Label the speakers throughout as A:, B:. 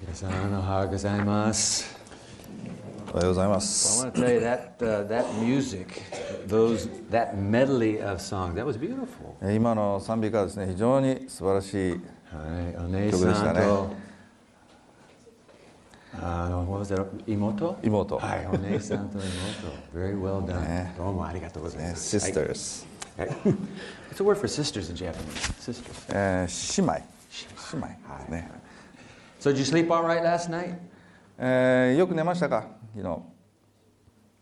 A: 皆さんおはようございます。
B: おはようございま
A: I
B: す。
A: want to tell you that uh, that music, those that medley of songs, that was beautiful.
B: えー今の賛美歌はですね、非常に素晴らし
A: は
B: い、
A: い、お姉さんと、あの、what Uh, was that? 妹？
B: 妹
A: はい、お姉さんと妹。Very well done.、Oh,
B: ね
A: どうもありがとうござい
B: ね、
A: ます。はい
B: sisters、
A: はい It's a word for sisters in Japanese. Sisters.
B: えー姉妹、姉妹ですね、
A: So did you sleep all right last night?
B: えーよく寝ましたか、昨日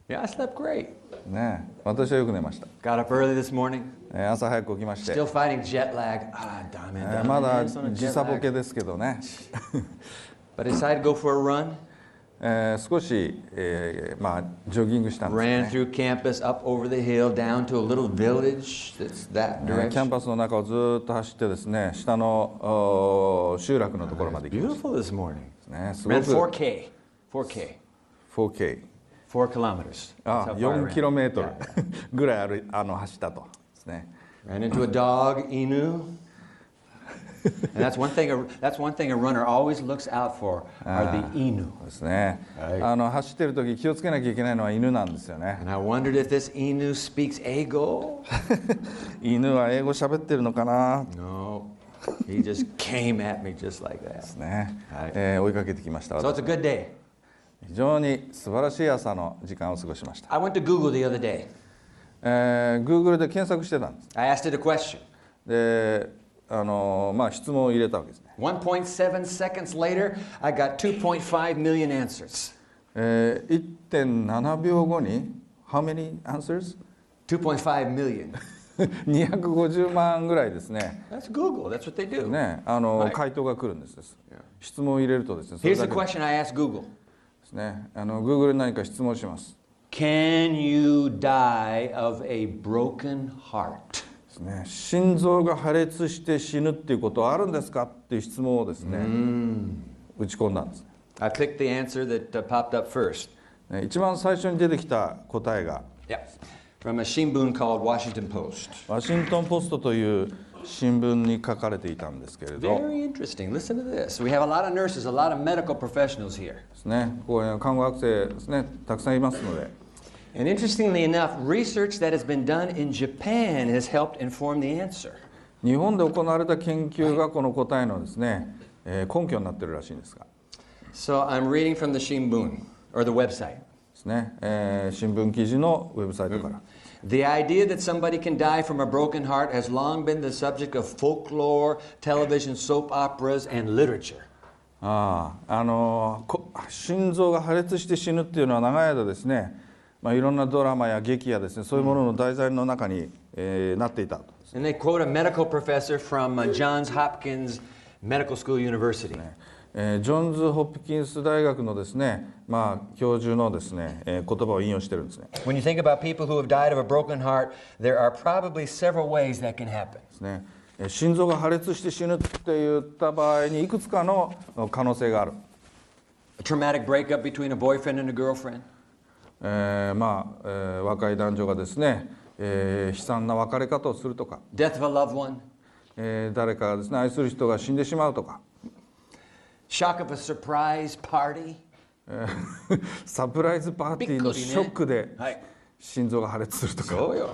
A: Yeah, I slept great.
B: ね、私はよく寝ました。
A: Got up early this morning.
B: えー朝早く起きまして、え
A: Still fighting jet lag. Ah, ダメ
B: ー
A: だ。
B: まだ
A: その jet
B: 時差ボ
A: lag.
B: ケですけどね、
A: But I decided to go for a run.
B: えー少し、えーまあジョギングしたんですよ
A: Ran
B: ね。
A: through campus, up over the hill, down to a little village that's that
B: えーキャン
A: direction.
B: パスの中をずーっと走ってですね、下のおー集落のところまで行きまし
A: Beautiful this morning.
B: たね。すご
A: Ran
B: く
A: 4K. 4K.
B: 4K。
A: Four kilometers.
B: あ
A: That's how far I
B: 4
A: ran.
B: キロメートルぐらい歩いあの走ったとですね
A: Ran into a dog, Inu. and that's one thing. A, that's one thing a runner always looks out for are the Inu.
B: そうですね、
A: はい
B: あの走ってる時気をつけなきゃいけないのは犬なんですよ ね
A: And I wondered if this Inu speaks Ego.
B: 犬は英語喋ってるのかな
A: No, he just came at me just like that.
B: ですね、
A: はい
B: えー追いかけてきました
A: So it's a good day.
B: 非常に素晴らしい朝の時間を過ごしました、
A: I went to Google the other day.
B: えー、Google で検索してたんです
A: I asked it a question.
B: であのまあ質問を入れたわけですね、
A: 1.7 seconds later, I got 2.5 million answers.
B: えー、1.7秒後に How many answers?
A: 2.5 million.
B: 250万ぐらいですね
A: That's Google. That's what they do.
B: ね、あの、
A: はい
B: 回答が来るんですです
A: いや
B: 質問を入れるとですね、それ
A: Here's the
B: だけで
A: question I asked Google
B: すね、あの Google に何か質問します。
A: Can you die of a broken heart?
B: ですね、心臓が破裂して死ぬっていうことはあるんですかっていう質問をですね、打ち込んだんですね
A: I clicked the answer that uh, popped up first.
B: ね。一番最初に出てきた答えが、
A: Yeah. From a Shinbun called Washington Post.
B: ワシントン・ポストという新聞に書かれていたんですけれど、
A: Very interesting. Listen to this. We have a lot of nurses, a lot of medical professionals here.
B: ですね、ここに看護学生ですね、たくさんいますので、
A: And interestingly enough, research that has been done in Japan has helped inform the answer.
B: 日本で行われた研究がこの答えのですね、えー根拠になってるらしいんですが。
A: So I'm reading from the Shinbun, or the website.
B: ですね、えー新聞記事のウェブサイトから、
A: The idea that somebody can die from a broken heart has long been the subject of folklore, television, soap operas, and literature.
B: あああのーこ心臓が破裂して死ぬっていうのは長い間ですね、まあ、いろんなドラマや劇やですねそういうものの題材の中に、えーなっていたと、
A: And they quote a medical professor from uh, Johns Hopkins Medical School University.
B: えージョンズ・ホプキンス大学のですね、まあ、教授のですね、えー言葉を引用してるんですね
A: When you think about people who have died of a broken heart, there are probably several ways that can happen.
B: ですねえー心臓が破裂して死ぬって言った場合にいくつかの可能性がある、
A: A traumatic breakup between a boyfriend and a girlfriend.
B: えーまあえー若い男女がですね、えー悲惨な別れ方をするとか
A: death of a loved one,
B: えー誰かがですね愛する人が死んでしまうとか、
A: shock of a surprise party.
B: えーサプライズパーティーのショックで
A: はい
B: 心臓が破裂するとか、
A: yo.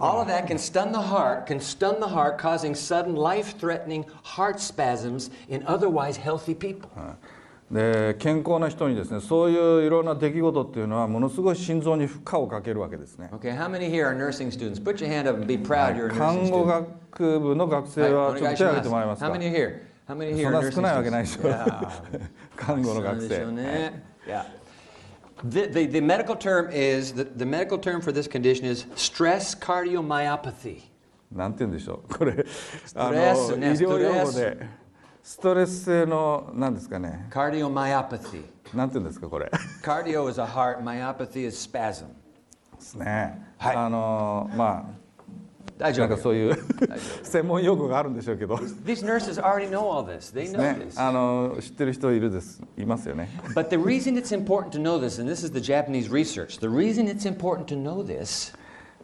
A: All of that can stun the heart, can stun the heart, causing sudden life threatening heart spasms in otherwise healthy people.
B: で健康な人にですねそういういろんな出来事っていうのはものすごい心臓に負荷をかけるわけですね
A: Okay, how many here are nursing students? Put your hand up and be proud you're a nursing
B: 看護
A: student.
B: 学部の学生はちょっと手を挙げてもらえます
A: How
B: か
A: many here? How many
B: そ
A: here are
B: んな
A: nursing
B: 少ないわけない
A: students?
B: でしょ 看護の学生
A: Yeah. The, the, the medical term is the, the medical term for this condition is stress cardiomyopathy.
B: なんて言うんでしょうこれあの医
A: レスね
B: 療用語
A: ストレ
B: でストレス性のなんですかね
A: Cardiomyopathy.
B: なんて言うんですかこれ
A: Cardio is a heart, myopathy is spasm.
B: ですね。
A: はい
B: あのーまあ
A: 大丈
B: なんか
A: 夫。
B: そういう専門用語があるんでしょうけど、
A: These nurses already know all this. They know
B: ね
A: this.、
B: あのー知ってる人いるですいますよね。
A: But the reason it's important to know this, and this is the Japanese research, the reason it's important to know this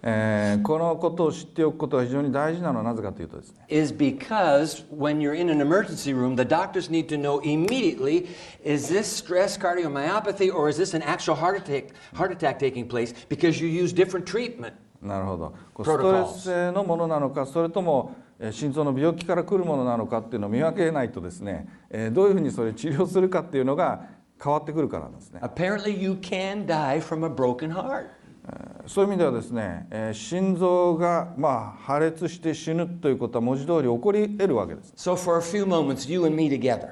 B: えーこのことを知っておくことが非常に大事なのはなぜかというとですね
A: is because when you're in an emergency room, the doctors need to know immediately is this stress cardiomyopathy or is this an actual heart attack, heart attack taking place because you use different treatment.
B: なるほどこうストレ
A: Protocols
B: ス性のものなのかそれともえー心臓の病気から来るものなのかっていうのを見分けないとですね、えーどういうふうにそれを治療するかっていうのが変わってくるからなんですね
A: Apparently, you can die from a broken heart.
B: そういう意味ではですね、えー心臓がまあ破裂して死ぬということは文字通り起こり得るわけです
A: So, for a few moments, you and me together,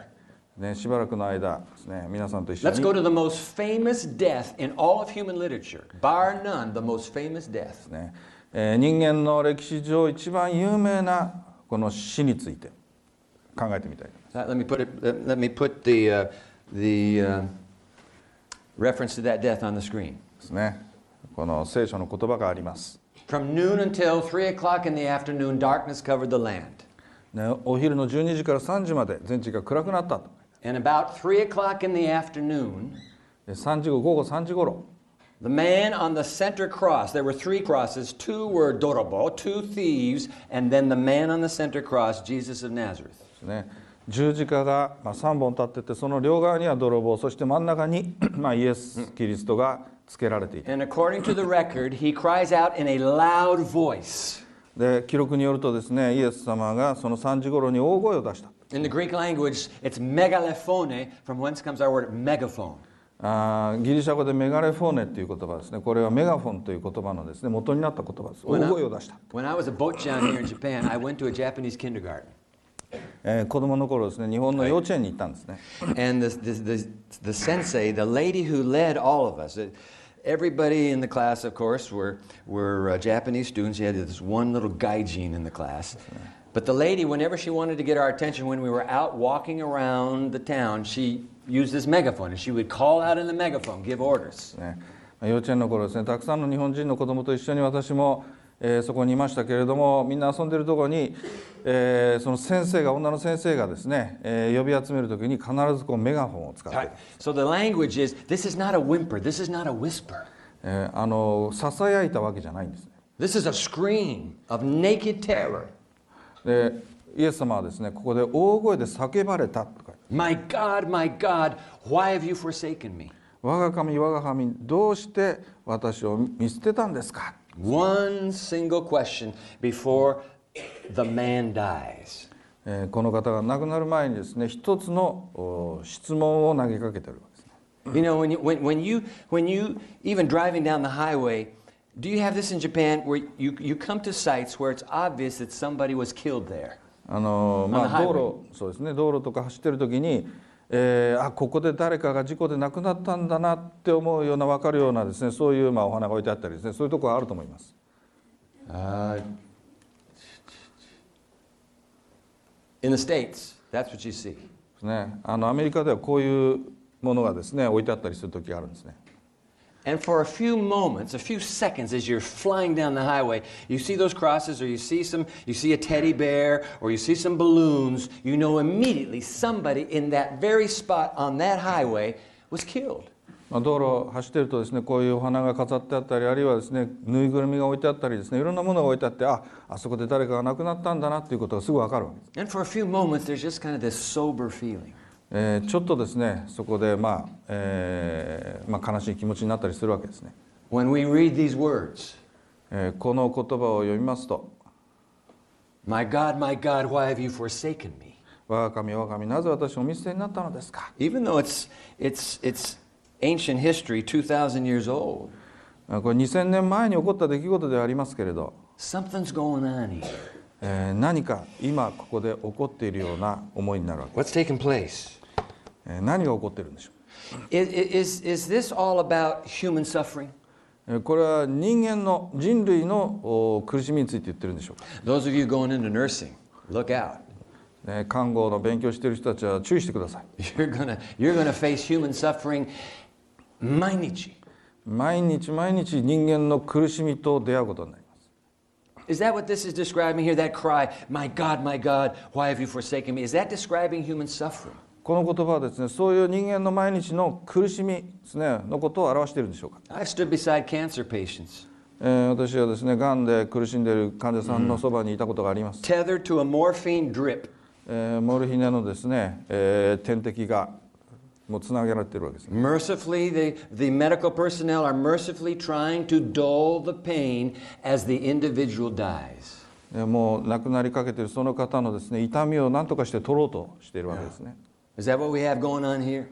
B: ねしばらくの間ですね皆さんと一緒
A: let's
B: に
A: go to the most famous death in all of human literature, bar none, the most famous death.
B: ねえー人間の歴史上一番有名なこの死について考えてみたい
A: Let let me put it. Let, let me put the uh, the uh, reference to that death on the screen.
B: ですねこの聖書の言葉があります、
A: From noon until three o'clock in the afternoon, darkness covered the land.
B: ね、お昼の12時から3時まで全地が暗くなったと
A: And about three o'clock in the afternoon,
B: で3時後午後3時頃
A: the man on the center cross. There were three crosses. Two were dorobo, two thieves, and then the man on the center cross, Jesus of Nazareth.
B: ですね十字架が、まあ、3本立っててその両側には泥棒そして真ん中に、 まあ、イエス・キリストがつけられていた
A: And according to the record, he cries out in a loud voice.
B: で記録によるとですねイエス様がその3時頃に大声を出した
A: In the Greek language, it's megalephone, from whence comes our word megaphone.
B: あーギリシャ語でメガレフォーネっていう言葉ですねこれはメガフォンという言葉のですね元になった言葉です大
A: When I-
B: 声を出した、
A: When I was a bochjan here in Japan, I went to a Japanese kindergarten.
B: えー子供の頃ですね日本の幼稚園に行ったんですね、
A: And the, the, the, the sensei, the lady who led all of us, it- everybody in the class, of course, were, were uh, Japanese students. She had this one little gaijin in the class. But the lady, whenever she wanted to get our attention, when we were out walking around the town, she used this megaphone and she would call out in the megaphone, give orders.
B: ねまあ幼稚園の頃ですねたくさんの日本人の子供と一緒に私も、えーそこにいましたけれどもみんな遊んでるところに、えーその先生が女の先生がですね、えー呼び集める時に必ずこうメガフォンを使って、
A: So the language is this is not a whimper, this is not a whisper.
B: えーあのささやいたわけじゃないんですね
A: This is a scream of naked terror.
B: でイエス様はですねここで大声で叫ばれたとか
A: My God, my God, why have you forsaken me?
B: 我が神我が神どうして私を見捨てたんですか
A: One single question before the man dies.
B: えーこの方が亡くなる前にですね一つのお質問を投げかけてるわけですね
A: You know, when you, when, when you, when you, even driving down the highway, do you have this in Japan where you, you come to sites where it's obvious that somebody was killed there?
B: あの
A: あ
B: まあ
A: の
B: 道路そうですね道路とか走ってる時に、えーあここで誰かが事故で亡くなったんだなって思うような分かるようなですねそういうまあお花が置いてあったりですねそういうところあると思います。
A: Uh, in the States, that's what you see.
B: ですねあのアメリカではこういうものがですね置いてあったりする時があるんですね。
A: And for a few moments, a few seconds as you're flying down the highway, you see those crosses or you see some you see a teddy bear or you see some balloons, you know immediately somebody in that very spot on that highway was killed.
B: まあ、道路を走ってるとですねこういうお花が飾ってあったりあるいはですねぬいぐるみが置いてあったりですねいろんなものが置いてあってああそこで誰かが亡くなったんだなっていうことがすぐ分かるわけです。
A: And for a few moments there's just kind of this sober feeling.
B: えーちょっとですねそこで、まあえーまあ、悲しい気持ちになったりするわけですね。
A: When we read these words,
B: えーこの言葉を読みますと
A: "My God, my God, why have you forsaken me?"
B: 「我が神我が神なぜ私をお見捨てになったのですか
A: Even though it's it's it's ancient history 2000 years old, 」
B: あこれ2000年前に起こった出来事ではありますけれど、
A: something's going on here.
B: えー何か今ここで起こっているような思いになるわけ、
A: What's taking place?
B: えー何が起こっているんでしょ
A: Is, is, is this all about human suffering?
B: う、えーこれは人間の人類のお苦しみについて言ってるんでしょうか、
A: Those of you going into nursing, look out.
B: ね看護の勉強している人たちは注意してください
A: You're gonna, you're gonna face human suffering mainichi.
B: 毎日毎日人間の苦しみと出会うことになります
A: Is that what this is describing here? That cry, my God, my God, why have you forsaken me? Is that describing human suffering?
B: この言葉はですねそういう人間の毎日の苦しみですねのことを表しているんでしょうか
A: I've stood beside cancer patients.
B: ええー私はですねがんで苦しんでいる患者さんのそばにいたことがあります、
A: tethered to a morphine drip.
B: えーモルヒネのですね、えー点滴がもうつなげられているわけですね
A: Mercifully, the, the medical personnel are mercifully trying to dull the pain as the individual dies.
B: えーもう亡くなりかけているその方のですね痛みを何とかして取ろうとしているわけですね
A: Is that what we have going on here?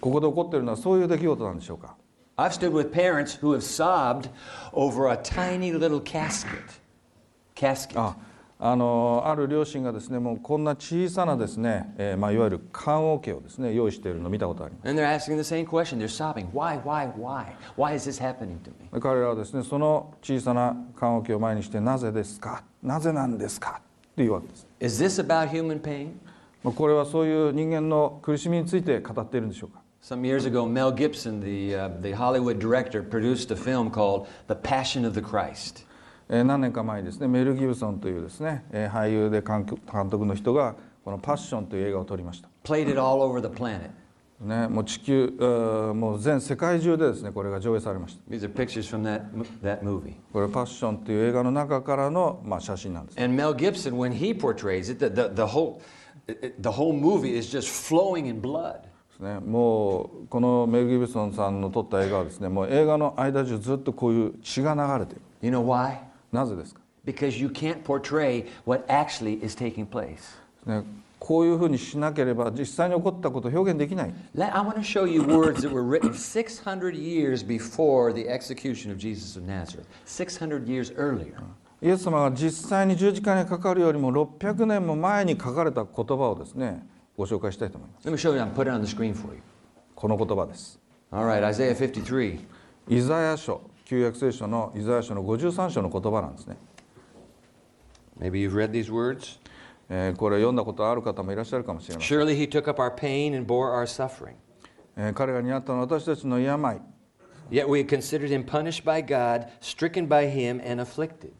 B: ここで起こっているのはそういう出来事なんでしょうか
A: I've stood with parents who have sobbed over a tiny little casket. Casket.
B: ああのある両親がですねもうこんな小さなですね、えーまあ、いわゆる棺桶をですね用意しているのを見たことがありま
A: And they're asking the same question. They're sobbing. Why, why, why? Why is this happening to me?
B: す彼らはですねその小さな棺桶を前にしてなぜですかなぜなんですかっていうわけです、
A: Is this about human pain?
B: まあ、これはそういう人間の苦しみについて語っているんでしょうか
A: Some years ago, Mel Gibson, the, uh, the Hollywood director, produced a film called The Passion of the Christ.
B: えー何年か前にですねメル・ギブソンというですね、えー俳優で監督監督の人がこの「パッション」という映画を撮りました、
A: Played it all over the planet.
B: ね、もう地球えーもう全世界中でですねこれが上映されました
A: These are pictures from that, mo- that movie.
B: これ「パッション」という映画の中からの、まあ、写真なんです
A: And Mel Gibson, when he portrays it, the, the, the, whole, it- it- the whole movie is just flowing in blood.
B: ねもうこのメル・ギブソンさんの撮った映画はですねもう映画の間中ずっとこういう血が流れている
A: You know why?
B: なぜですか、
A: Because you can't portray what actually is taking place.
B: ね、こういうふうにしなければ実際に起こったことを表現できない
A: Let, I want to show you words that were written 600 years before the execution of Jesus of Nazareth, 600 years earlier.
B: イエス様が実際に十字架にかかるよりも600年も前に書かれた言葉をですねご紹介したいと思います
A: Let me show you, I'll put it on the screen for you.
B: この言葉です
A: All right, Isaiah 53.
B: イザヤ書旧約聖書のイザヤ書の53章の言葉なんですね、
A: Maybe you've read these words.
B: えーこれ読んだことある方もいらっしゃるかもしれません
A: Surely he took up our pain and bore our suffering.
B: えー彼が担ったのは私たちの病、
A: Yet we considered him punished by God, stricken by him, and afflicted.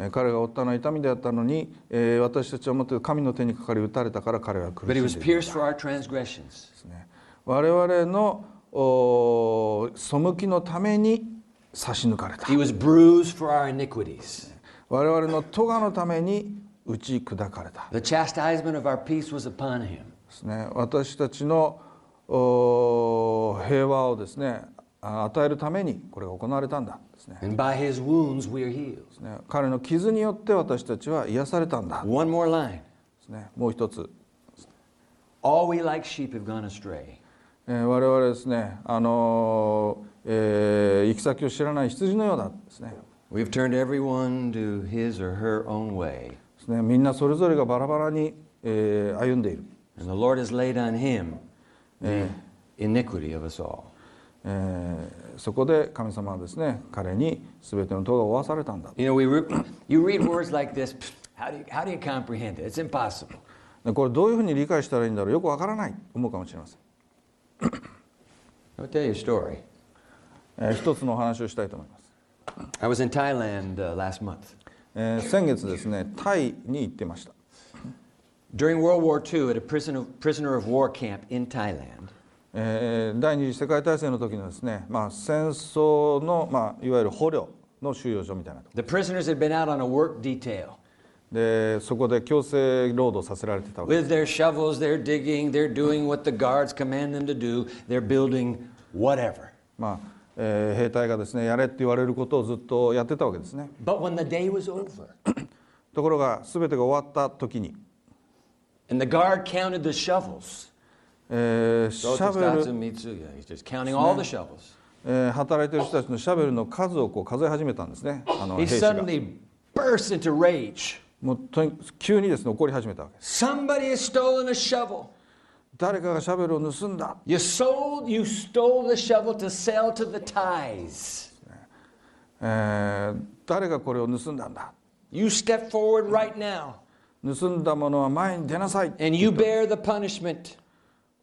B: えー彼が負ったのは痛みであったのに、えー私たちは持っている神の手にかかり打たれたから彼は苦
A: But he
B: しんでい
A: was
B: るんで
A: pierced for our transgressions.
B: すね我々のおー背きのために差し抜かれた
A: He was bruised for our iniquities.
B: 我々の咎のために打ち砕かれた
A: The chastisement of our peace was upon him.
B: ですね私たちのおー平和をですねあ与えるためにこれが行われたんだですね
A: And by his wounds we are healed.
B: ですね彼の傷によって私たちは癒されたんだ
A: One more line.
B: ですねもう一つ
A: All we like sheep have gone astray.
B: えー我々ですね、あのーえー行き先を知らない羊のようだですね
A: We've turned everyone to his or her own way.
B: ですねみんなそれぞれがバラバラに、えー歩んでいる、
A: And the Lord has laid on him the iniquity of us all.
B: えーそこで神様はですね彼に全ての咎を負わされたんだ
A: You know, we re- you read words like this, pfft, how do, you, how do you comprehend it? It's impossible.
B: でこれどういうふうに理解したらいいんだろうよくわからないと思うかもしれません、
A: I'll tell you a story.
B: えー一つのお話をしたいと思います、
A: I was in Thailand uh, last month.
B: えー先月ですねタイに行ってました、
A: During World War II, at a prison of, prisoner of war camp in Thailand,
B: えー第二次世界大戦の時のですね、まあ、戦争の、まあ、いわゆる捕虜の収容所みたいなとこ
A: the prisoners had been out on a work detail.
B: でそこで強制労働させられてたわけ
A: With their shovels, they're digging, they're doing what the guards command them to do, they're building whatever.
B: まあえー兵隊がですねやれって言われることをずっとやってたわけですね
A: But when the day was over,
B: ところが全てが終わった時に、
A: and the guard counted the shovels,
B: えー
A: so
B: シ
A: it was
B: ャベ
A: Datsun
B: ル、
A: Mitsuya, he's just counting all the shovels.
B: えー働いてる人たちのシャベルの数をこう数え始めたんですねあの
A: He
B: 兵士が
A: suddenly bursts into rage.
B: もうとに急にですね怒り始めたわけです
A: Somebody has stolen a shovel.
B: 誰かがシャベルを盗んだ、
A: You sold, you stole the shovel to sell to the ties.
B: えー誰がこれを盗んだんだ
A: You step forward right now
B: 盗んだものは前に出なさい
A: and you bear the punishment.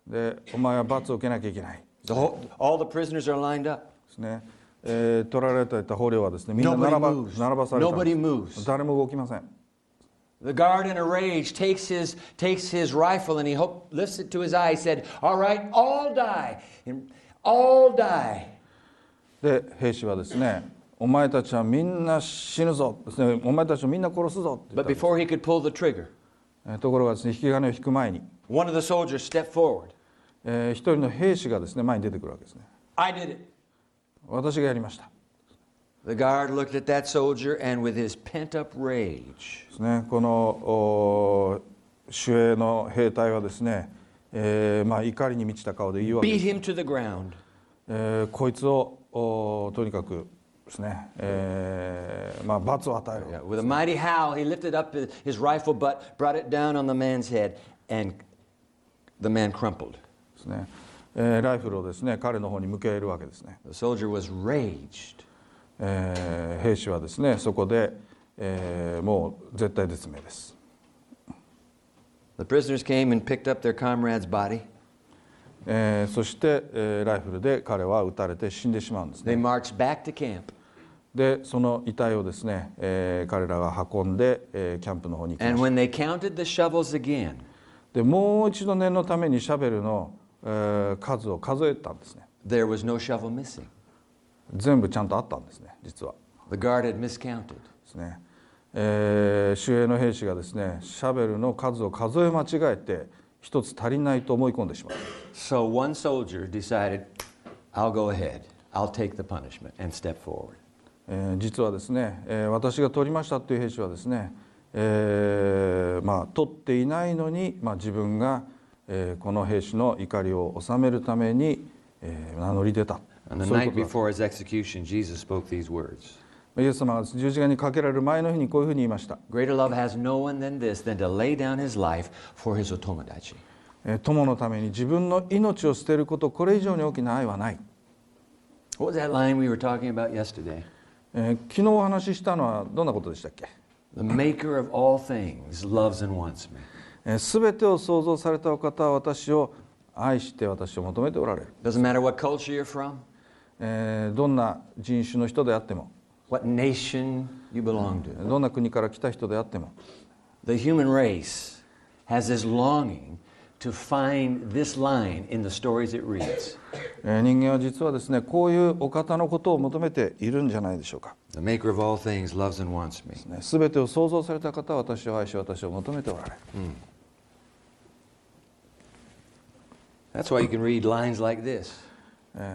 B: でお前は罰を受けなきゃいけない
A: The whole, all the prisoners are lined up.
B: ですね、えー取られていた捕虜はですねみんな
A: Nobody
B: 並ば
A: moves.
B: 並ばされたんで
A: Nobody
B: す
A: moves.
B: 誰も動きません
A: The guard in a rage takes his, takes his rifle and he ho- lifts it to his eye. He said, All right, all die. And all die.
B: で兵士はですねお前たちはみんな死ぬぞです、ね、お前たちをみんな殺すぞって言
A: But
B: った
A: before he could pull the trigger,
B: えーところがですね引き金を引く前に、
A: one of the soldiers stepped forward.
B: えー一人の兵士がですね前に出てくるわけですね
A: I did it.
B: 私がやりました
A: The guard looked at that soldier and with his pent up rage,
B: ですねこのお守衛の兵隊はですね、えーまあ、怒りに満ちた顔で言うわけで
A: beat
B: す、
A: him to the ground.
B: えーこいつをおとにかくですね、えーまあ、罰を与える
A: Yeah, with a mighty howl, he lifted up his- his rifle butt, brought it down on the man's head, and the man crumpled.
B: ですね、えーライフルをですね彼の方に向けるわけですね、
A: The soldier was raged.
B: えー兵士はですねそこで、えーもう絶対絶命です
A: The prisoners came and picked up their comrade's body.
B: えーそして、えーライフルで彼は撃たれて死んでしまうんですね
A: They marched back to camp,
B: でその遺体をですね、えー彼らが運んで、えーキャンプの方に行きま
A: and
B: した
A: when they counted the shovels again,
B: でもう一度念のためにシャベルの、えー数を数えたんですね
A: there was no shovel missing.
B: 全部ちゃんとあったんですね実は
A: The guard had miscounted.
B: ですね、えー守衛の兵士がですねシャベルの数を数え間違えて一つ足りないと思い込んでしまう
A: So one soldier decided, I'll go ahead, I'll take the punishment, and step forward.
B: えー実はですね、えー私が取りましたという兵士はですね、えーまあ、取っていないのに、まあ、自分が、えーこの兵士の怒りを収めるために、えー名乗り出た
A: On the
B: そういう
A: night
B: こと
A: before
B: だ
A: his execution, Jesus spoke these words
B: イエス様が十字架にかけられる前の日にこういうふうに言いました、
A: Greater love has no one than this, than to lay down his life for his otomodachi.
B: えー友のために自分の命を捨てることこれ以上に大きな愛はない、
A: What was that line we were talking about yesterday?
B: えー昨日お話ししたのはどんなことでしたっけ
A: The maker of all things loves and wants me.
B: すべ、全てを創造されたお方は私を愛して私を求めておられる
A: Doesn't matter what culture you're from,
B: えーどんな人種の人であっても
A: what nation you belong to.
B: どんな国から来た人であっても
A: The human race has this longing to find this line in the stories it reads.
B: えー人間は実はですねこういうお方のことを求めているんじゃないでしょうか
A: The maker of all things loves and wants me.
B: ね全てを創造された方は私を愛し私を求めておられる
A: That's why you can read lines like this.
B: で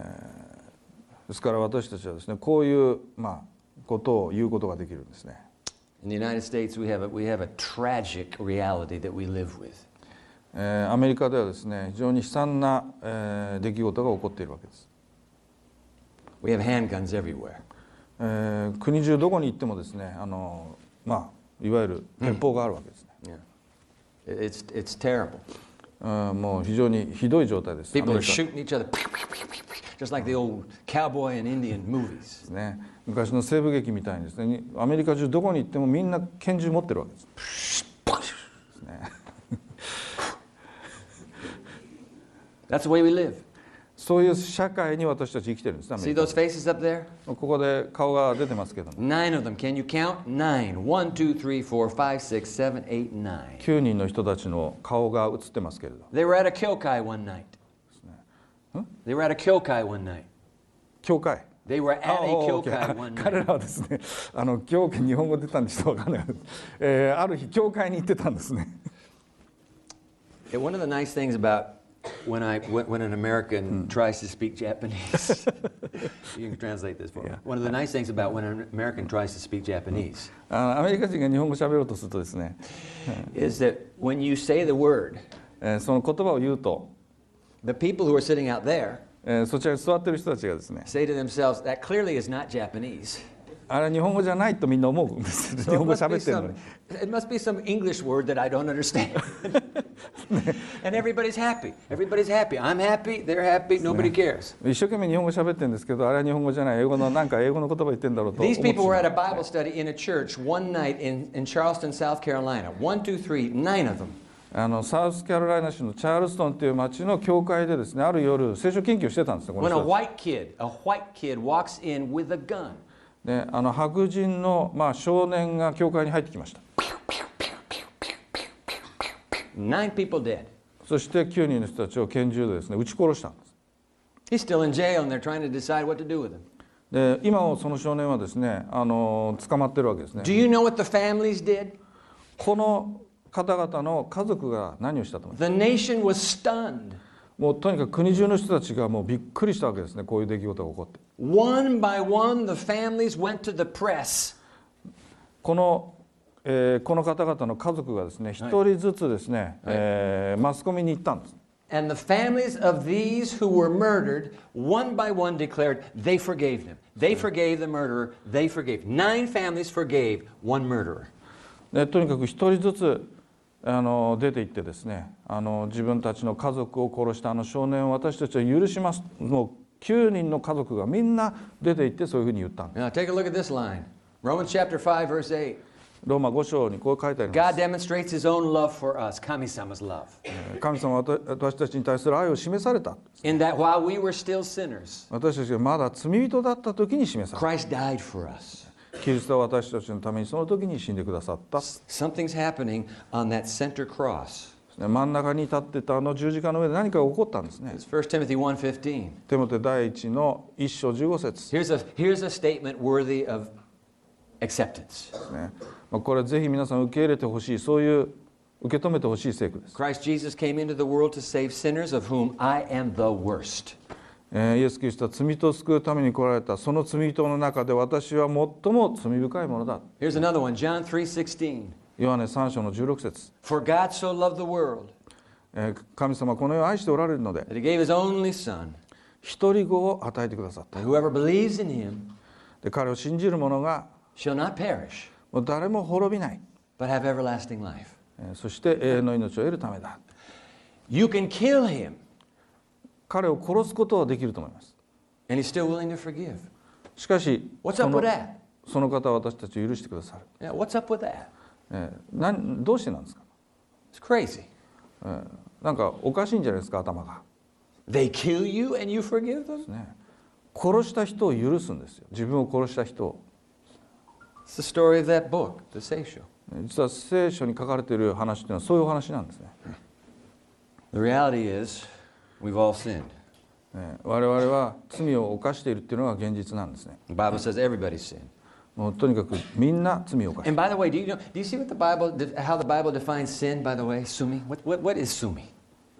B: すから私たちはですねこういう、まあ、ことを言うことができるんですね
A: In the United States, we have a, we have a tragic reality that we live with.
B: えーアメリカではですね非常に悲惨な、えー出来事が起こっているわけです、
A: We have handguns everywhere.
B: えー国中どこに行ってもですねあの、まあ、いわゆる鉄砲があるわけですね、
A: Yeah. It- It's, it's terrible.
B: うんもう非常にひどい状態です
A: People
B: アメ
A: are
B: リカ
A: shooting each other, just like the old cowboy and Indian movies.
B: ですね昔の西部劇みたいにですねにアメリカ中どこに行ってもみんな拳銃持ってるわけです、
A: That's the way we live.
B: そういう社会に私たち生きてるんですねアメ
A: See
B: リカ
A: those faces up there?
B: ここで顔が出てますけども
A: Nine of them. Can you count? Nine. One, two, three, four, five, six, seven, eight, nine.
B: 9人の人たちの顔が映ってますけれど
A: They were at a Kilkai one night. They were at a Kilkai one night.
B: 教会
A: They were at
B: あ
A: a
B: おー
A: Kilkai one
B: 彼
A: night.
B: らはですねあの教会日本語出たんでちょっと分かんないです、えーある日教会に行ってたんですね
A: And one of the nice things about when, I, when when an American tries to speak Japanese, you can translate this for me. One of the nice things about when an American tries to speak Japanese
B: あのアメリカ人が日本語喋ろうとするとですね、
A: is that when you say the word,
B: えーその言葉を言うと、
A: the people who are sitting out there
B: えーそちらに座ってる人たちがですね
A: say to themselves, that clearly is not Japanese.
B: あれ日本語じゃないとみんな思うんです 日
A: So it,
B: 本語
A: must be
B: 喋ってるのに
A: some, it must be some English word that I don't understand. and everybody's happy. Everybody's happy. I'm happy. They're happy. Nobody cares.
B: 一生懸命日本語喋ってるんですけどあれは日本語じゃない英語のなんか英語の言葉言ってんだろうと思っ
A: These
B: てし
A: people
B: ま
A: were
B: う
A: at a Bible study in a church one night in, in Charleston, South Carolina. One, two, three, nine of them.
B: あのサウスカロライナ州のチャールストンっていう町の教会でですねある夜聖書研究をしてたんですよこの
A: When a
B: 人たち
A: white kid, a white kid walks in with a gun.
B: であの白人の、まあ、少年が教会に入ってきました
A: Nine people dead.
B: そして9人の人たちを拳銃でですね撃ち殺したんです
A: He's still in jail and they're trying to decide what to do with him.
B: で今もその少年はですねあの捕まってるわけですね
A: Do you know what the families did?
B: この方々の家族が何をしたと思います
A: The nation was stunned.
B: もうとにかく国中の人たちがもうびっくりしたわけですねこういう出来事が起こって
A: One by one, the families went to the press.
B: この、えーこの方々の家族がですね一人ずつですね、えーマスコミに行ったんです
A: And the families of these who were murdered, one by one, declared they forgave them. They forgave the murderer. They forgave. Nine families forgave one murderer.
B: でとにかく一人ずつあの出て行ってですねあの自分たちの家族を殺したあの少年を私たちは許しますもう9人の家族がみんな出て行ってそういうふうに言ったんです
A: Now, take a look at this line Romans chapter 5, verse 8.
B: ローマ5章にこう書いてあります
A: God demonstrates his own love for us, Kami-sama's love,
B: えー神様は私たちに対する愛を示された
A: in that while we were still sinners,
B: 私たちがまだ罪人だった時に示され
A: Christ died for us.
B: たキリストは私たちのためにその時に死んでくださった
A: Something's happening on that center cross.
B: 真ん中に立ってたあの十字架の上で何かが起こったんですね
A: It's 1 Timothy 1.15.
B: テモテ第一の一章15節です
A: Here's a, here's a statement worthy of acceptance.
B: ねまあこれぜひ皆さん受け入れてほしいそういう受け止めてほしい聖句です、
A: Christ Jesus came into the world to save sinners, of whom I am the worst.
B: えーイエス・キリストは罪人を救うために来られたその罪人の中で私は最も罪深いものだ
A: Here's another one, John 3.16.
B: ヨハネ3章の16節、
A: For God so loved the world
B: えー神様はこの世を愛しておられるので
A: that he gave his only son,
B: 一人子を与えてくださった。
A: that whoever believes in him
B: で彼を信じる者が
A: shall not perish,
B: もう誰も滅びない、
A: but have everlasting life.
B: えーそして永遠の命を得るためだ
A: You can kill him,
B: 彼を殺すことはできると思います。
A: and he's still willing to forgive.
B: しかし
A: What's
B: そ
A: up
B: の
A: with that?
B: その方は私たちを許してくださる、
A: Yeah, what's up with that?
B: えーなんどうしてなんですか、
A: It's crazy.
B: えーなんかおかしいんじゃないですか頭が、
A: They kill you and you forgive them?
B: ね、殺した人を許すんですよ自分を殺した人を
A: It's the story of that book, The Seisho.
B: 実は聖書に書かれている話っていうのはそういうお話なんですね、
A: The reality is, we've all sinned.
B: えー我々は罪を犯しているっていうのが現実なんですね
A: The Bible says everybody's sinned.
B: もうとにかくみんな罪を犯して
A: And by the way, do you know? Do you see what the Bible, de- how the Bible defines sin? By the way, sumi. What, what, what is sumi?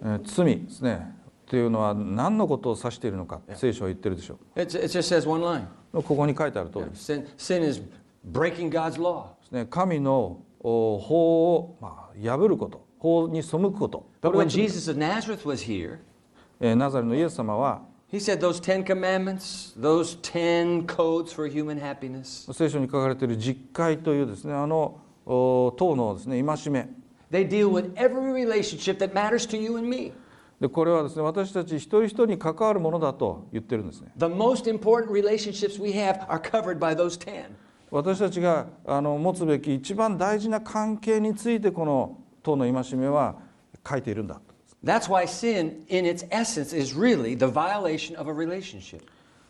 B: えー罪ですねっていうのは何のことを指しているのか聖書は言ってるでしょ
A: It's, it just says one line.
B: うここに書いてある通り
A: Yeah,
B: で
A: Sin, sin is breaking God's law.
B: すね神のお法を、まあ、破ること法に背くことこ
A: But
B: れは
A: when Jesus of Nazareth was here,
B: えーナザレのイエス様は
A: he said those ten commandments, those ten codes for human happiness,
B: 聖書に書かれている実戒というですねあのお党のですね戒め
A: they deal with every relationship that matters to you and me.
B: でこれはですね私たち一人一人に関わるものだと言ってるんですね
A: The most important relationships we have are covered by those ten.
B: 私たちがあの持つべき一番大事な関係についてこの党の戒めは書いているんだ
A: That's why sin, in its essence, is really the violation of a relationship.
B: で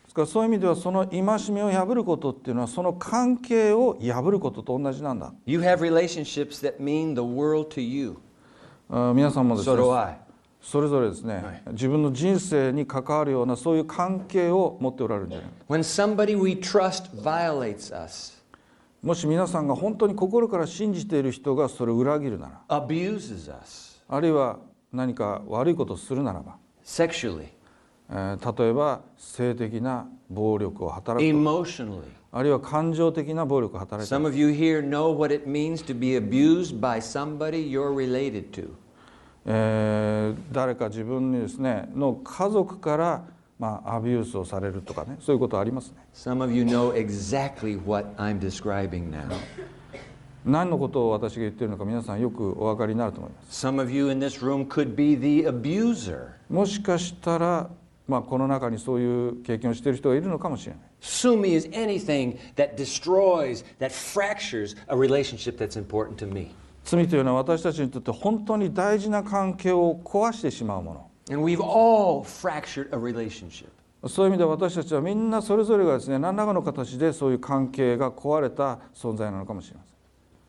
B: すからそういう意味ではその戒めを破ることっていうのはその関係を破ることと同じなんだ
A: You have relationships that mean the world to you.
B: あ皆さんもです
A: So do
B: ね
A: I.
B: それぞれですね、自分の人生に関わるようなそういう関係を持っておられるんじゃない
A: When somebody we trust violates us,
B: もし皆さんが本当に心から信じている人がそれを裏切るなら
A: abuses us
B: あるいは何か悪いことをするならば、
A: sexually,
B: えー例えば性的な暴力を働く
A: emotionally.
B: あるいは感情的な暴力を働いて
A: Some of you here know what it means to be abused by somebody you're related to.
B: えー誰か自分にですねの家族から、まあ、アビュースをされるとかねそういうことありますね
A: Some of you know exactly what I'm describing now.
B: 何のことを私が言っているのか皆さんよくお分かりになると思います
A: Some of you in this room could be the abuser.
B: もしかしたら、まあ、この中にそういう経験をしている人がいるのかもしれない
A: Sumi is anything that destroys, that fractures a relationship that's important to me.
B: 罪というのは私たちにとって本当に大事な関係を壊してしまうもの
A: And we've all fractured a relationship.
B: そういう意味で私たちはみんなそれぞれがですね何らかの形でそういう関係が壊れた存在なのかもしれません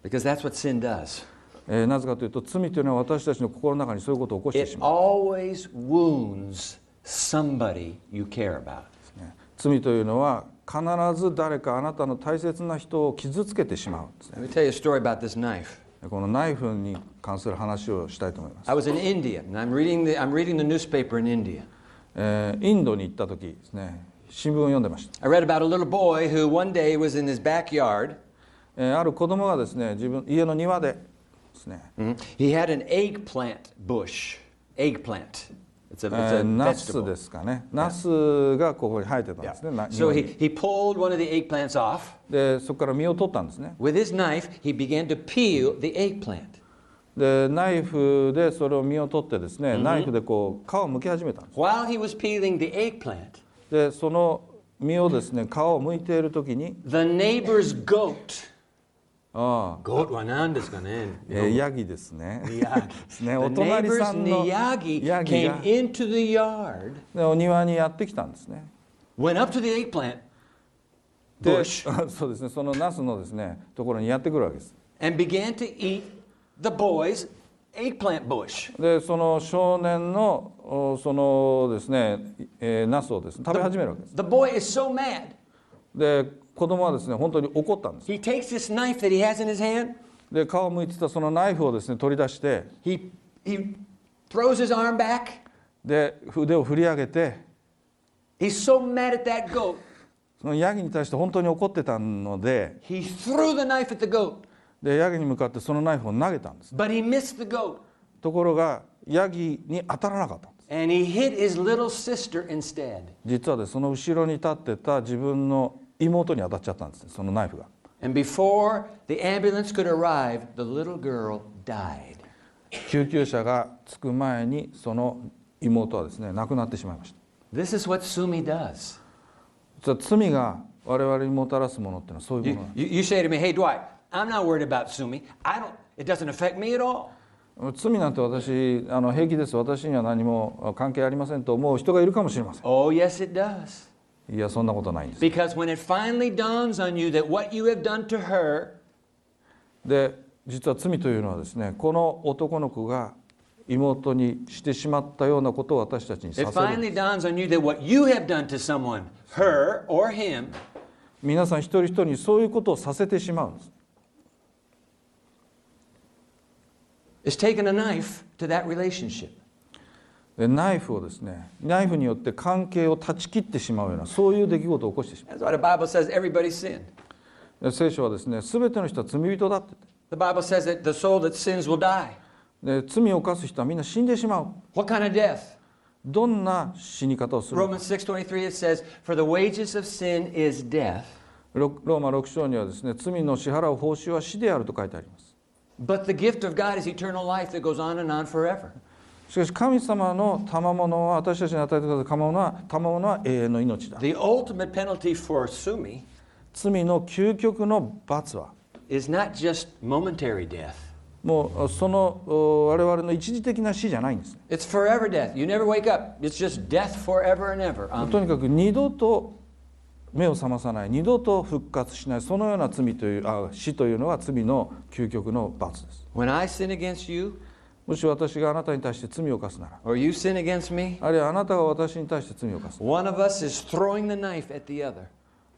A: Because that's what sin does.
B: えーなぜかというと罪というのは私たちの心の中にそういうことを起こしてし
A: It
B: まう
A: always wounds somebody you care about.
B: ね罪というのは必ず誰かあなたの大切な人を傷つけてしまうんです
A: Let
B: ね
A: me tell you a story about this knife.
B: このナイフに関する話をしたいと思います、
A: I was in India, and I'm reading the, I'm reading the newspaper in India.
B: えーインドに行った時ですね新聞を読んでました、
A: I read about a little boy who one day was in his backyard.
B: えーある子供がですね自分家の庭でですね
A: Mhm. He had an eggplant bush. Eggplant. It's a, it's
B: えー
A: a
B: ナス
A: vegetable.
B: ですかねナスがここに生えてたんですね、な
A: Yeah. So
B: 庭
A: he,
B: に
A: he pulled one of the eggplants off.
B: でそこから実を取ったんですね
A: With his knife, he began to peel the eggplant.
B: でナイフでそれを実を取ってですね、ナイフでこう皮を剥き始めたんです
A: While he was peeling the eggplant,
B: でその実をですね皮を剥いている時に
A: the neighbor's goat.
B: あ
A: Goat は何ですかね？
B: あ、えーヤギですね ですね
A: The
B: お隣
A: neighbor's
B: さんの
A: Miyagi
B: ヤギ
A: came
B: が
A: into the yard,
B: でお庭にやってきたんですね
A: went up to the eggplant
B: で
A: bush,
B: そうですねそのナスのですねところにやってくるわけです
A: and began to eat the boy's eggplant bush.
B: でその少年のおそのですね、えー、ナスをですね食べ始めるわけです
A: The boy is so mad.
B: で子供はですね本当に怒ったんです
A: He takes this knife that he has in his hand,
B: で皮をむいてたそのナイフをですね取り出して
A: he, he throws his arm back.
B: で腕を振り上げて
A: He's so mad at that goat,
B: そのヤギに対して本当に怒ってたので
A: he threw the knife at the goat,
B: でヤギに向かってそのナイフを投げたんです
A: but he missed the goat,
B: ところがヤギに当たらなかったんです
A: and he hit his little sister instead.
B: 実はでその後ろに立ってた自分の妹に当たっちゃったんですねそのナイフが
A: And before the ambulance could arrive, the little girl died.
B: 救急車が着く前にその妹はですね亡くなってしまいました
A: This is what Sumi does.
B: 実は罪が我々にもたらすものっていうのはそういうものなんです
A: You, you, you say to me, hey, Dwight, I'm not worried about Sumi. I don't, it doesn't affect me at all.
B: 罪なんて私あの平気です私には何も関係ありませんと思う人がいるかもしれませ
A: Oh, yes, it does.
B: んいやそんなことないんです
A: Because when it finally dawns on you that what you have done to her
B: で実は罪というのはですねこの男の子が妹にしてしまったようなことを私たちにさ
A: It
B: せる
A: finally dawns on you that what you have done to someone, her or him,
B: 皆さん一人一人にそういうことをさせてしまうんです
A: is taking a knife to that relationship.
B: でナイフをですねナイフによって関係を断ち切ってしまうようなそういう出来事を起こしてしま
A: That's why the Bible says everybody sinned.
B: うで聖書はですね全ての人は罪人だって
A: The Bible says that the soul that sins will die.
B: で罪を犯す人はみんな死んでしまう
A: What kind of death?
B: どんな死に方をするのか
A: Romans 6:23 it says, "For the wages of sin is death,
B: ロローマ6章にはですね罪の支払う報酬は死であると書いてあります
A: but the gift of God is eternal life that goes on and on forever."
B: しかし神様の賜物は私たちに与えてくださる賜物は賜物は永遠の命だ
A: The ultimate penalty for sumi
B: 罪の究極の罰は
A: is not just momentary death.
B: もうそのお我々の一時的な死じゃないんですね
A: It's forever death. You never wake up. It's just death forever and ever. Um, Amen.
B: とにかく二度と目を覚まさない二度と復活しないそのような罪というあ死というのは罪の究極の罰です
A: When I sin against you
B: もし私があなたに対して罪を犯すなら
A: or you sin against me,
B: あるいはあなたが私に対して罪を犯す
A: one of us is throwing the knife at the other.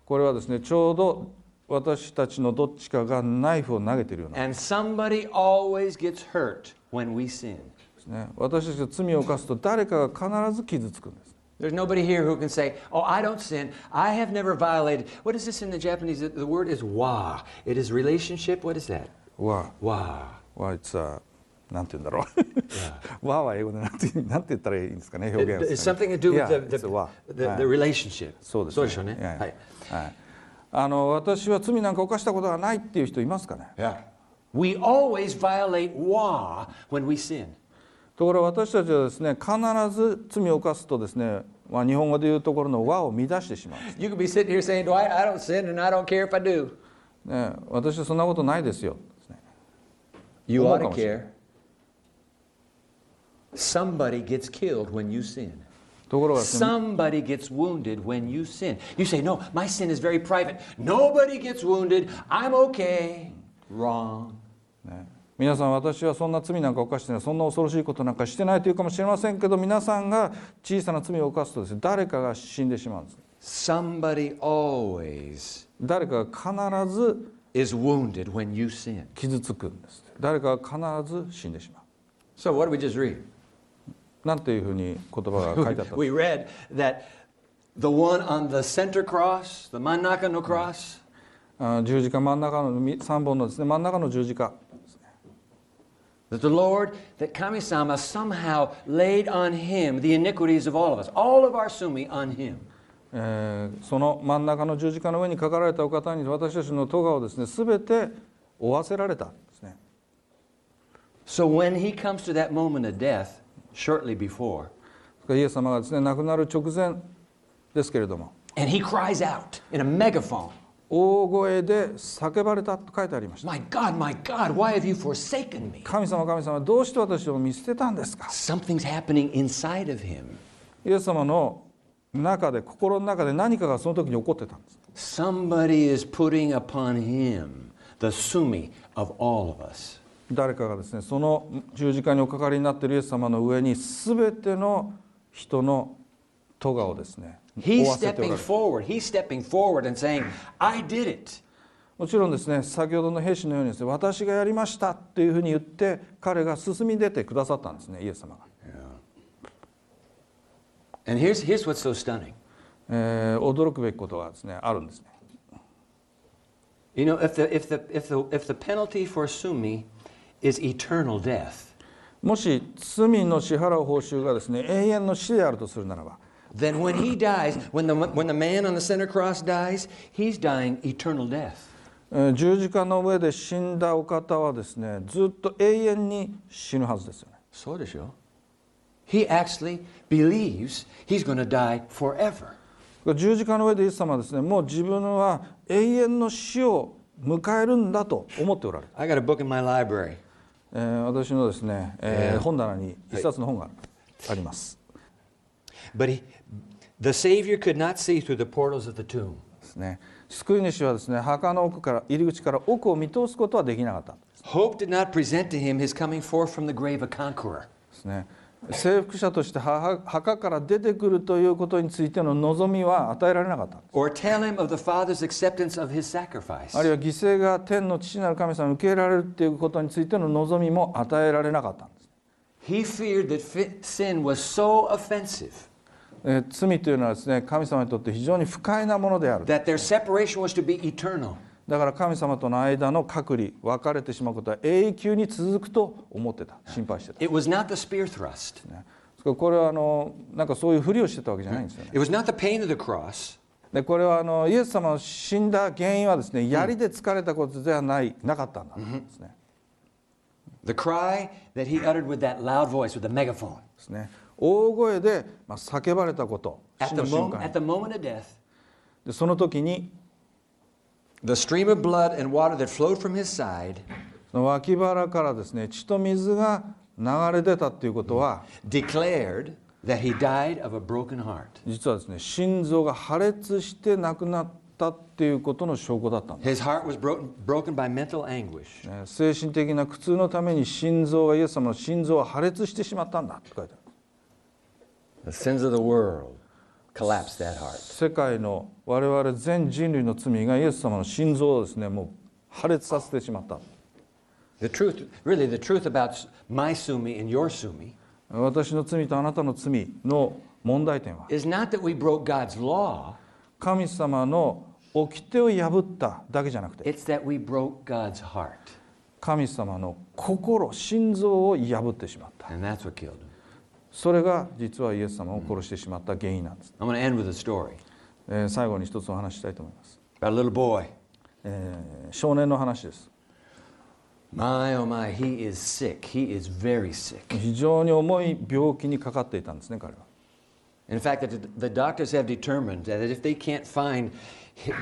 B: これはですねちょうど私たちのどっちかがナイフを投げているような
A: And somebody always gets hurt when we sin.
B: ですね私たちが罪を犯すと誰かが必ず傷つくんです
A: There's nobody here who can say, Oh, I don't sin. I have never violated. What is this in the Japanese? The- The word is wa. It is relationship. What is that?
B: わ
A: Wa.
B: わいつはなんて言うんだろう わは英語でなんてなんて言ったらいいんですかね表
A: It-
B: 現です
A: It's
B: かね
A: something to do with
B: Yeah,
A: the, the,
B: it's a わ
A: the,
B: はい
A: the relationship.
B: そうですね
A: そうでしょうね。はい。
B: はいはいあの私は罪なんか犯したことがないっていう人いますかね
A: Yeah. We always violate wa when we sin.
B: ところが私たちはですね必ず罪を犯すとですねまあ日本語で言うところの和を乱してしまう
A: You could be sitting here saying, Dwight, I don't sin and I don't care if I do.
B: ね私はそんなことないですよ
A: You ought to
B: 思うかもしれない。
A: care. Somebody gets killed when you sin.
B: ところがですね
A: Somebody gets wounded when you sin. You say, No, my sin is very private. Nobody gets wounded. I'm okay. Wrong.
B: ね皆さん私はそんな罪なんか犯してないそんな恐ろしいことなんかしてないというかもしれませんけど皆さんが小さな罪を犯すとですね誰かが死んでしまうんです
A: somebody always
B: 誰かが必ず
A: is wounded when you sin.
B: 傷つくんです誰かが必ず死んでしま
A: So, what did we just read?
B: うなんていうふうに言葉が書いてあった
A: We read that the one on the center cross, the Manakano cross,
B: あ十字架真ん中の3本のですね真ん中の十字架
A: that the Lord, that Kami-sama somehow laid on him the iniquities of all of us, all of our sumi on him.
B: えーその真ん中の十字架の上にかかられたお方に私たちの咎をですね全て負わせられたんですね
A: So when he comes to that moment of death, shortly before,
B: ですからイエス様がですね亡くなる直前ですけれども
A: and he cries out in a megaphone,
B: 大声で叫ばれたと書いてありました
A: My God, my God, why have you forsaken me?
B: 神様神様どうして私を見捨てたんですか
A: Something's happening inside of him.
B: イエス様の中で心の中で何かがその時に起こってたんです
A: Somebody is putting upon him the sumi of all of us.
B: 誰かがですねその十字架におかかりになっているイエス様の上に全ての人の咎をですね負
A: He's
B: わせておら
A: stepping
B: れる
A: forward. He's stepping forward and saying, I did it.
B: もちろんですね先ほどの兵士のようにですね私がやりましたっていうふうに言って彼が進み出てくださったんですねイエス様が、
A: And here's, here's what's so stunning.
B: えー驚くべきことがですねあるんですね
A: You know, if the, if the, if the, if the penalty for sumi is eternal death,
B: もし罪の支払う報酬がですね永遠の死であるとするならば
A: then when he dies, when the, when the man on the center cross dies, he's dying eternal death.
B: えー十字架の上で死んだお方はですねずっと永遠に死ぬはずですよね
A: So does you. He actually believes he's going to die forever.
B: 十字架の上でイエス様はですねもう自分は永遠の死を迎えるんだと思っておられる、
A: I got a book in my library.
B: えー私のですね、えー本棚に一冊の本があります、
A: But he, the Savior could not see through the portals of the tomb.
B: ですね救い主はですね墓の奥から入り口から奥を見通すことはできなかったんで
A: Hope did not present to him his coming forth from the grave a conqueror.
B: すね征服者として墓墓から出てくるということについての望みは与えられなかったんで
A: or tell him of the Father's acceptance of his sacrifice.
B: すあるいは犠牲が天の父なる神様に受け入れられるということについての望みも与えられなかったんです
A: He feared that fi- sin was so offensive
B: えー罪というのはですね神様にとって非常に不快なものである
A: that their separation was to be eternal.
B: だから神様との間の隔離別れてしまうことは永久に続くと思ってた心配してた、ね、
A: It was not the spear thrust.
B: ですからこれはあのなんかそういうふりをしてたわけじゃないんですよね
A: It was not the pain of the cross.
B: でこれはあのイエス様の死んだ原因はですね槍で疲れたことではないなかったんだと思うんですね,、
A: The cry that he uttered with that loud voice, with the megaphone.
B: ですね大声で、まあ、叫ばれたこと死
A: At the,
B: の瞬
A: moment,
B: 間
A: at the moment of death,
B: でその時に
A: the stream of blood and water that flowed from his side
B: その脇腹からですね血と水が流れ出たっていうことは、
A: declared that he died of a broken heart.
B: 実はですね心臓が破裂して亡くなったっていうことの証拠だったんです
A: His heart was broken, broken by mental anguish.
B: ね精神的な苦痛のために心臓がイエス様の心臓は破裂してしまったんだって書いてあ
A: The
B: る
A: sins of the world collapsed that heart.
B: 世界の我々全人類の罪がイエス様の心臓をですねもう破裂させてしまった
A: The truth, really, the truth about my sumi and your sumi
B: 私の罪とあなたの罪の問題点は
A: is not that we broke God's law,
B: 神様の掟を破っただけじゃなくて
A: it's that we broke God's heart.
B: 神様の心心臓を破ってしまった
A: And that's what killed him.
B: それが実はイエス様を殺してしまった原因なんです
A: I'm going to end with a story
B: えー最後に一つお話ししたいと思います、
A: about a little boy.
B: えー少年の話です
A: My, oh my, he is sick. He is very sick.
B: 非常に重い病気にかかっていたんですね彼は
A: In fact, the, the doctors have determined that if they can't find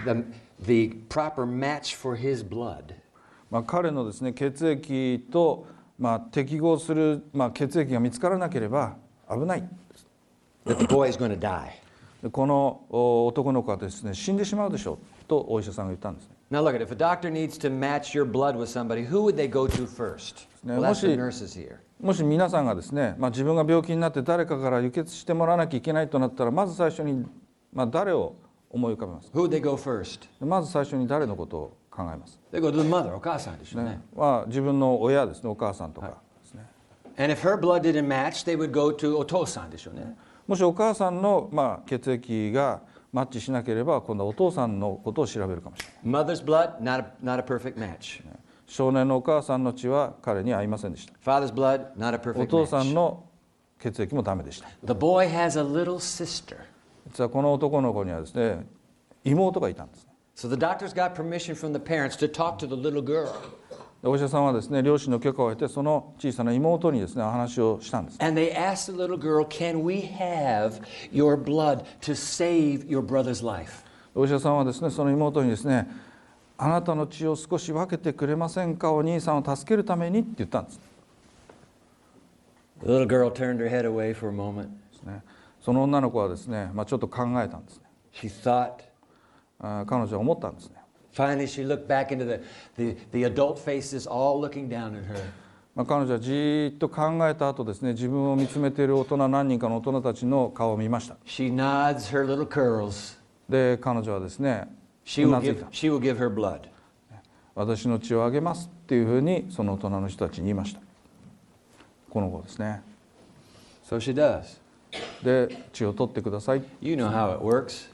A: the, the proper match for his blood,
B: まあ、彼のですね血液と、まあ、適合する、まあ、血液が見つからなければ危ない
A: that the boy is going to die.
B: でこのお男の子はですね死んでしまうでしょうとお医者さんが言ったんですね
A: Now look at it. If a doctor needs to match your blood with somebody, who would they go to first?
B: Now,
A: Well, that's the
B: mostly-
A: nurses here.
B: もし皆さんがですね、まあ、自分が病気になって誰かから輸血してもらわなきゃいけないとなったらまず最初に、まあ、誰を思い浮かべます
A: Who would they go first?
B: でまず最初に誰のことを考えます、
A: They go to the mother, お母さんでしょうね。
B: まあ、自分の親ですねお母さんとかですね、
A: And if her blood didn't match, they would go to お父さんでしょうね。
B: もしお母さんの、まあ、血液がマッチしなければ今度はお父さんのことを調べるかもしれない
A: Mother's blood, not a, not a perfect match.
B: 少年のお母さんの血は彼に合いませんでした
A: Father's blood, not a
B: お
A: perfect
B: 父さ
A: match.
B: んの血液もダメでした
A: The boy has a little sister.
B: 実はこの男の子にはですね妹がいたんですね
A: So the doctors got permission from the parents to talk to the little girl.
B: でお医者さんはですね両親の許可を得てその小さな妹にですねお話をしたんです
A: And they asked the little girl, Can we have your blood to save your brother's life?
B: お医者さんはですねその妹にですねあなたの血を少し分けてくれませんかお兄さんを助けるためにって言ったんです
A: The little girl turned her head away for a moment.
B: ねその女の子はですね、まあ、ちょっと考えたんですね
A: She thought.
B: あー彼女は思ったんですね、
A: Finally, she looked back into the, the, the adult faces all looking down at her.
B: まあ、彼女はじーっと考えた後ですね自分を見つめている大人何人かの大人たちの顔を見ました
A: She nods her little curls.
B: で彼女はですね
A: She
B: う
A: will
B: なずい
A: give,
B: た
A: she will give her blood.
B: 私の血をあげますっていうふうにその大人の人たちに言いましたこの子ですね
A: So she does.
B: で血を取ってください、
A: You know how it works.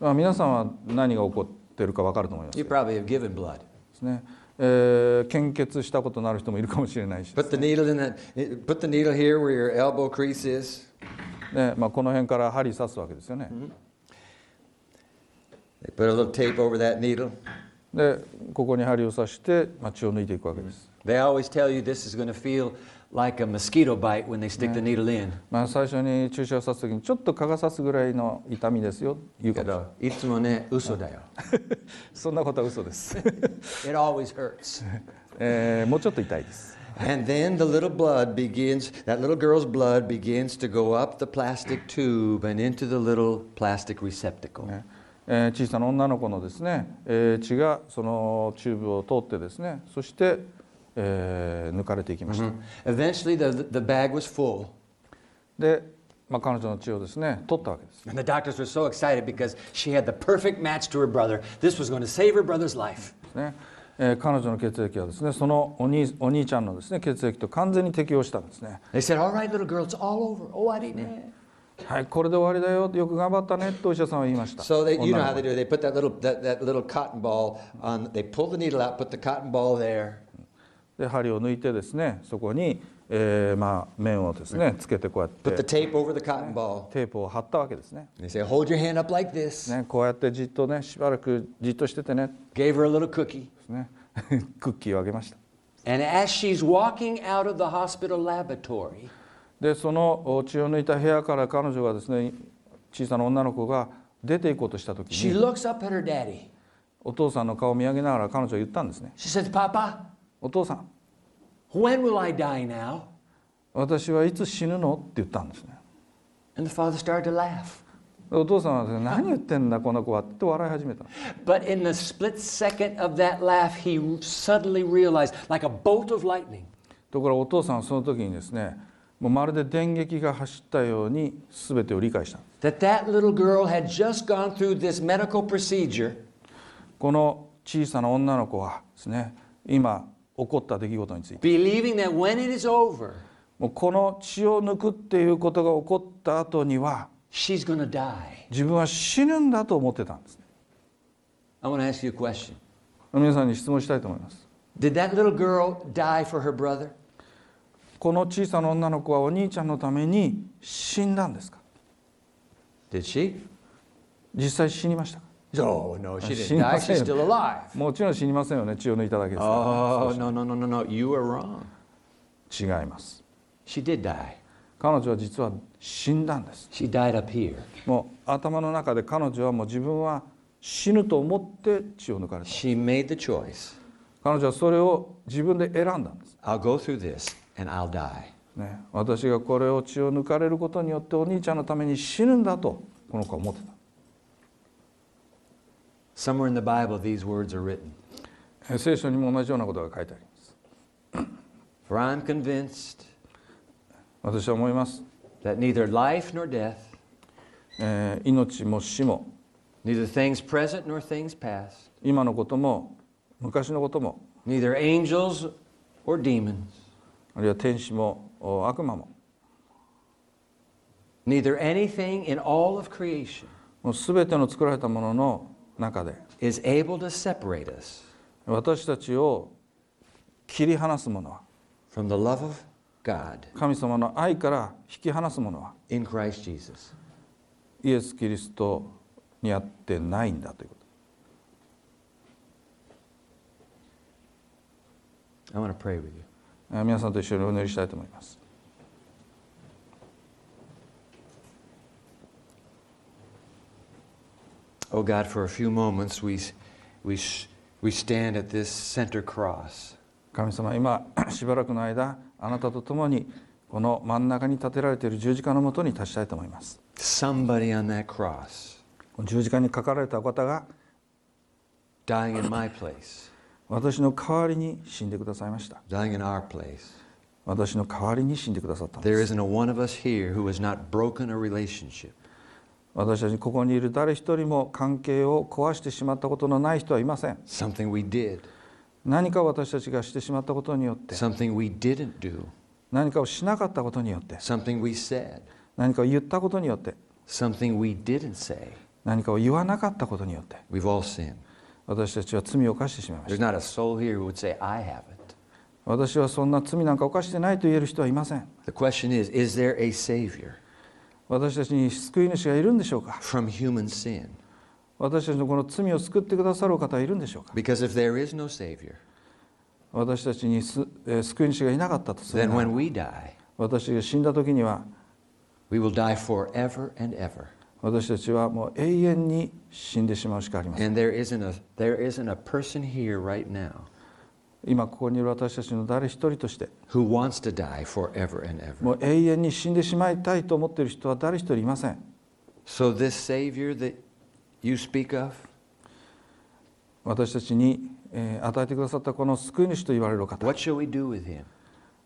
B: まあ、皆さんは何が起こってるか分かると思います
A: You
B: けど
A: probably have given blood.
B: ですね、えー献血したことのある人もいるかもしれないし、
A: Put the needle in that. Put the needle here where your elbow crease is.
B: ねまあ、この辺から針刺すわけですよね、
A: They put a little tape over that needle.
B: でここに針を刺して、まあ、血を抜いていくわけです、
A: They always tell you this is going to feel like a mosquito bite when they stick the needle in.
B: まあ、最初に注射を刺す時にちょっと蚊が刺すぐらいの痛みですよ言うかもしれない
A: けど、いつもね、嘘だよ。
B: そんなことは嘘です
A: It always hurts.
B: えーもうちょっと痛いです
A: And then the little blood begins, that little girl's blood begins to go up the plastic tube and into the little plastic receptacle.
B: ねえー小さな女の子のですね、えー血がそのチューブを通ってですねそして、えー抜かれていきました、
A: Eventually, the, the bag was full.
B: で、まあ、彼女の血をですね取ったわけです
A: And the doctors were so excited because she had the perfect match to her brother. This was going to save her brother's life.
B: ねえー彼女の血液はですねそのお兄お兄ちゃんのですね血液と完全に適応したんですね
A: They said, All right, little girl, it's all over. Oh, I didn't.
B: はいこれで終わりだよよく頑張ったねとお医者さんは言いました
A: So they, you know how
B: 女の子
A: they do it. They put that little, that, that little cotton ball on, they pull the needle out, put the cotton ball there.
B: で針を抜いてですねそこに、えーまあ、面をですねつけてこう
A: Put
B: や
A: the
B: って
A: tape over the cotton ball.
B: テープを貼ったわけですね
A: They say, Hold your hand up like this.
B: ねこうやってじっとねしばらくじっとしててね
A: Gave her a little cookie.
B: ね クッキーをあげました
A: And as she's walking out of the hospital laboratory,
B: でそのお血を抜いた部屋から彼女がですね小さな女の子が出ていこうとした時
A: she
B: に
A: looks up at her daddy.
B: お父さんの顔を見上げながら彼女は言ったんですね
A: She says, Papa,
B: お父さん
A: when will I die now?
B: 私はいつ死ぬのって言ったんですね
A: And the father started to laugh.
B: でお父さんはですね何言ってんだこの子はって笑い始めた
A: But in the split second of that laugh, he suddenly realized, like a bolt of lightning,
B: ところがお父さんはその時にですねもうまるで電撃が走ったように全てを理解した
A: that that little girl had just gone through this medical procedure
B: この小さな女の子はですね今起こった出来事について
A: believing that when it is over,
B: もうこの血を抜くっていうことが起こった後には
A: she's going to die.
B: 自分は死ぬんだと思ってたんですね
A: I want to ask you a question.
B: 皆さんに質問したいと思います
A: Did that little girl die for her brother?
B: この小さな女の子はお兄ちゃんのために死んだんですか
A: Did she?
B: 実際死にましたか
A: No, no, she
B: She
A: didn't die.
B: must have.
A: She's still alive.
B: もちろん死にませんよね血を抜いただけですか
A: Oh, no, no, no, no, no. You were wrong.
B: ら違います
A: She did die.
B: 彼女は実は死んだんです
A: She died up here.
B: もう頭の中で彼女はもう自分は死ぬと思って血を抜かれた
A: She made the choice
B: 彼女はそれを自分で選んだんです、
A: I'll go through this and I'll die.
B: ね、私がこれを血を抜かれることによってお兄ちゃんのために死ぬんだとこの子は思ってた
A: Somewhere in the Bible, these words are written
B: え聖書にも同じようなことが書いてあります
A: For I'm convinced
B: 私は思います、
A: that neither life nor death,
B: えー命も死も
A: neither things present nor things past,
B: 今のことも昔のことも
A: neither angels or demons,
B: あるいは天使もお悪魔も
A: neither anything in all of creation
B: もう全ての作られたものの中で
A: is able to separate us
B: 私たちを切り離すものは
A: from the love of God
B: 神様の愛から引き離すものは
A: in Christ Jesus.
B: イエス・キリストにあってないんだということ
A: I want to pray with you.
B: えー皆さんと一緒にお祈りしたいと思います。
A: Oh God, for a few moments we, we, we stand at this center cross.
B: 神様今しばらくの間あなたと共にこの真ん中に立てられている十字架のもとに立ちたいと思います
A: Somebody on that cross
B: この十字架にかかられたお方が
A: dying in my place,
B: 私の代わりに死んでくださいました
A: dying in our place.
B: 私の代わりに死んでくださったん
A: There
B: です
A: isn't a one of us here who has not broken a relationship.
B: 私たちここにいる誰一人も関係を壊してしまったことのない人はいません
A: Something we did,
B: 何か私たちがしてしまったことによって
A: something we didn't do,
B: 何かをしなかったことによって
A: something we said,
B: 何かを言ったことによって
A: something we didn't say.
B: 何かを言わなかったことによって
A: We've all sinned.
B: 私たちは罪を犯してしまいまし
A: There's
B: た
A: not a soul here who would say, I haven't.
B: 私はそんな罪なんか犯してないと言える人はいません
A: The question is Is there a Savior
B: 私たちに救い主がいるんでしょうか
A: from human sin?
B: 私たちのこの罪を救ってくださるお方はいるんでしょうか
A: Because if there is no Savior,
B: 私たちにす、えー救い主がいなかったとする
A: then
B: なら
A: when we die,
B: 私が死んだ時には
A: we will die forever and ever.
B: 私たちはもう永遠に死んでしまうしかありません
A: And there isn't a, there isn't a person here right now
B: 今ここにいる私たちの誰一人として
A: who wants to die forever and ever.
B: もう永遠に死んでしまいたいと思っている人は誰一人いません
A: So, this Savior that you speak of,
B: 私たちに、えー与えてくださったこの救い主と言われるお方
A: what shall we do with him?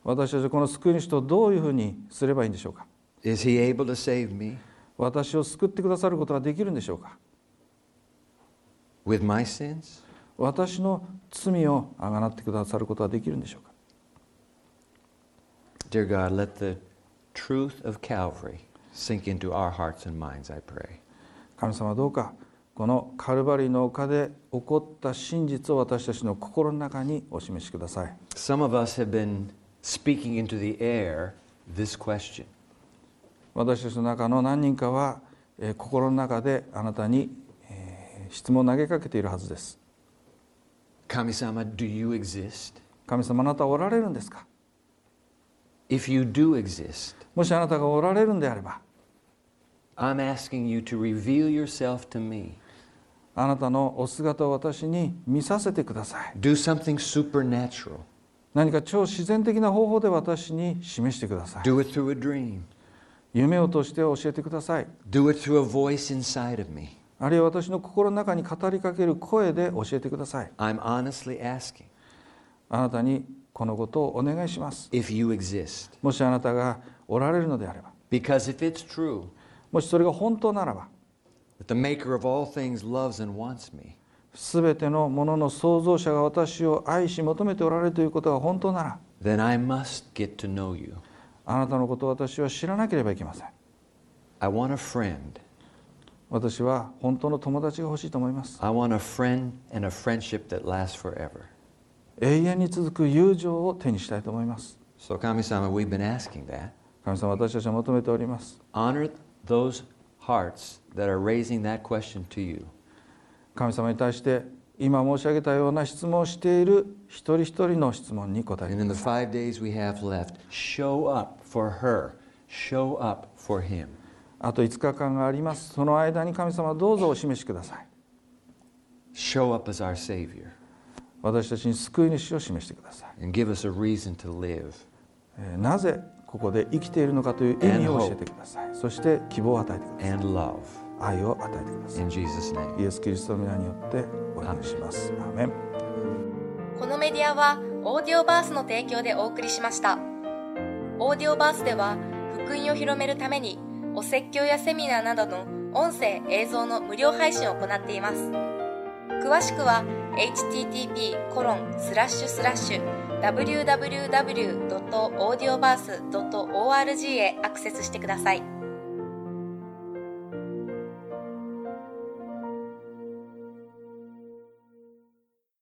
B: 私たちはこの救い主とどういうふうにすればいいんでしょうか
A: Is he able to save me
B: 私を救ってくださることができるんでしょうか
A: with my sins?
B: 私の罪をあがなってくださることはできるんでしょうか
A: Dear God, let the truth of Calvary sink into our hearts and minds, I pray.
B: 神様どうかこのカルバリーの丘で起こった真実を私たちの心の中にお示しください
A: Some of us have been speaking into the air this question
B: 私たちの中の何人かは、えー心の中であなたに、えー質問を投げかけているはずです
A: Kami-sama, do you exist?
B: 神様あなたはおられるんですか
A: If you do exist,
B: もしあなたがおられるんであれば
A: I'm asking you to reveal yourself to me.
B: あなたのお姿を私に見させてください
A: Do something supernatural.
B: 何か超自然的な方法で私に示してください
A: Do it through a dream.
B: 夢を通して教えてください
A: Do it through a voice inside of me.
B: あるいは私の心の中に語りかける声で教えてください
A: I'm honestly asking
B: あなたにこのことをお願いします
A: if you exist.
B: もしあなたがおられるのであれば
A: Because if it's true
B: もしそれが本当ならば
A: that the maker of all things loves and wants me,
B: 全てのものの創造者が私を愛し求めておられるということが本当なら
A: then I must get to know you.
B: あなたのことを私は知らなければいけません
A: I want a friend.
B: 私は本当の友達が欲しいと思います
A: I want a friend and a friendship that lasts forever.
B: 永遠に続く友情を手にしたいと思います
A: So, Kami-sama, we've been asking that.
B: 神様私たちは求めております
A: Honor those hearts that are raising that question to you.
B: 神様に対して今申し上げたような質問をしている一人一人の質問に答えて
A: And in the five days we have left, show up for her, show up for him.
B: あと5日間がありますその間に神様どうぞお示しください
A: Show up as our Savior
B: 私たちに救い主を示してください
A: and give us a reason to live.
B: えーなぜここで生きているのかという意味を教えてくださいそして希望を与えてく
A: and
B: だ
A: love
B: さい愛を与えてくださ
A: in Jesus' name.
B: いイエス・キリストの皆によってお祈りしますアーメン
C: このメディアはオーディオバースの提供でお送りしましたオーディオバースでは福音を広めるためにお説教やセミナーなどの音声映像の無料配信を行っています詳しくは http:// www.audioverse.org へアクセスしてください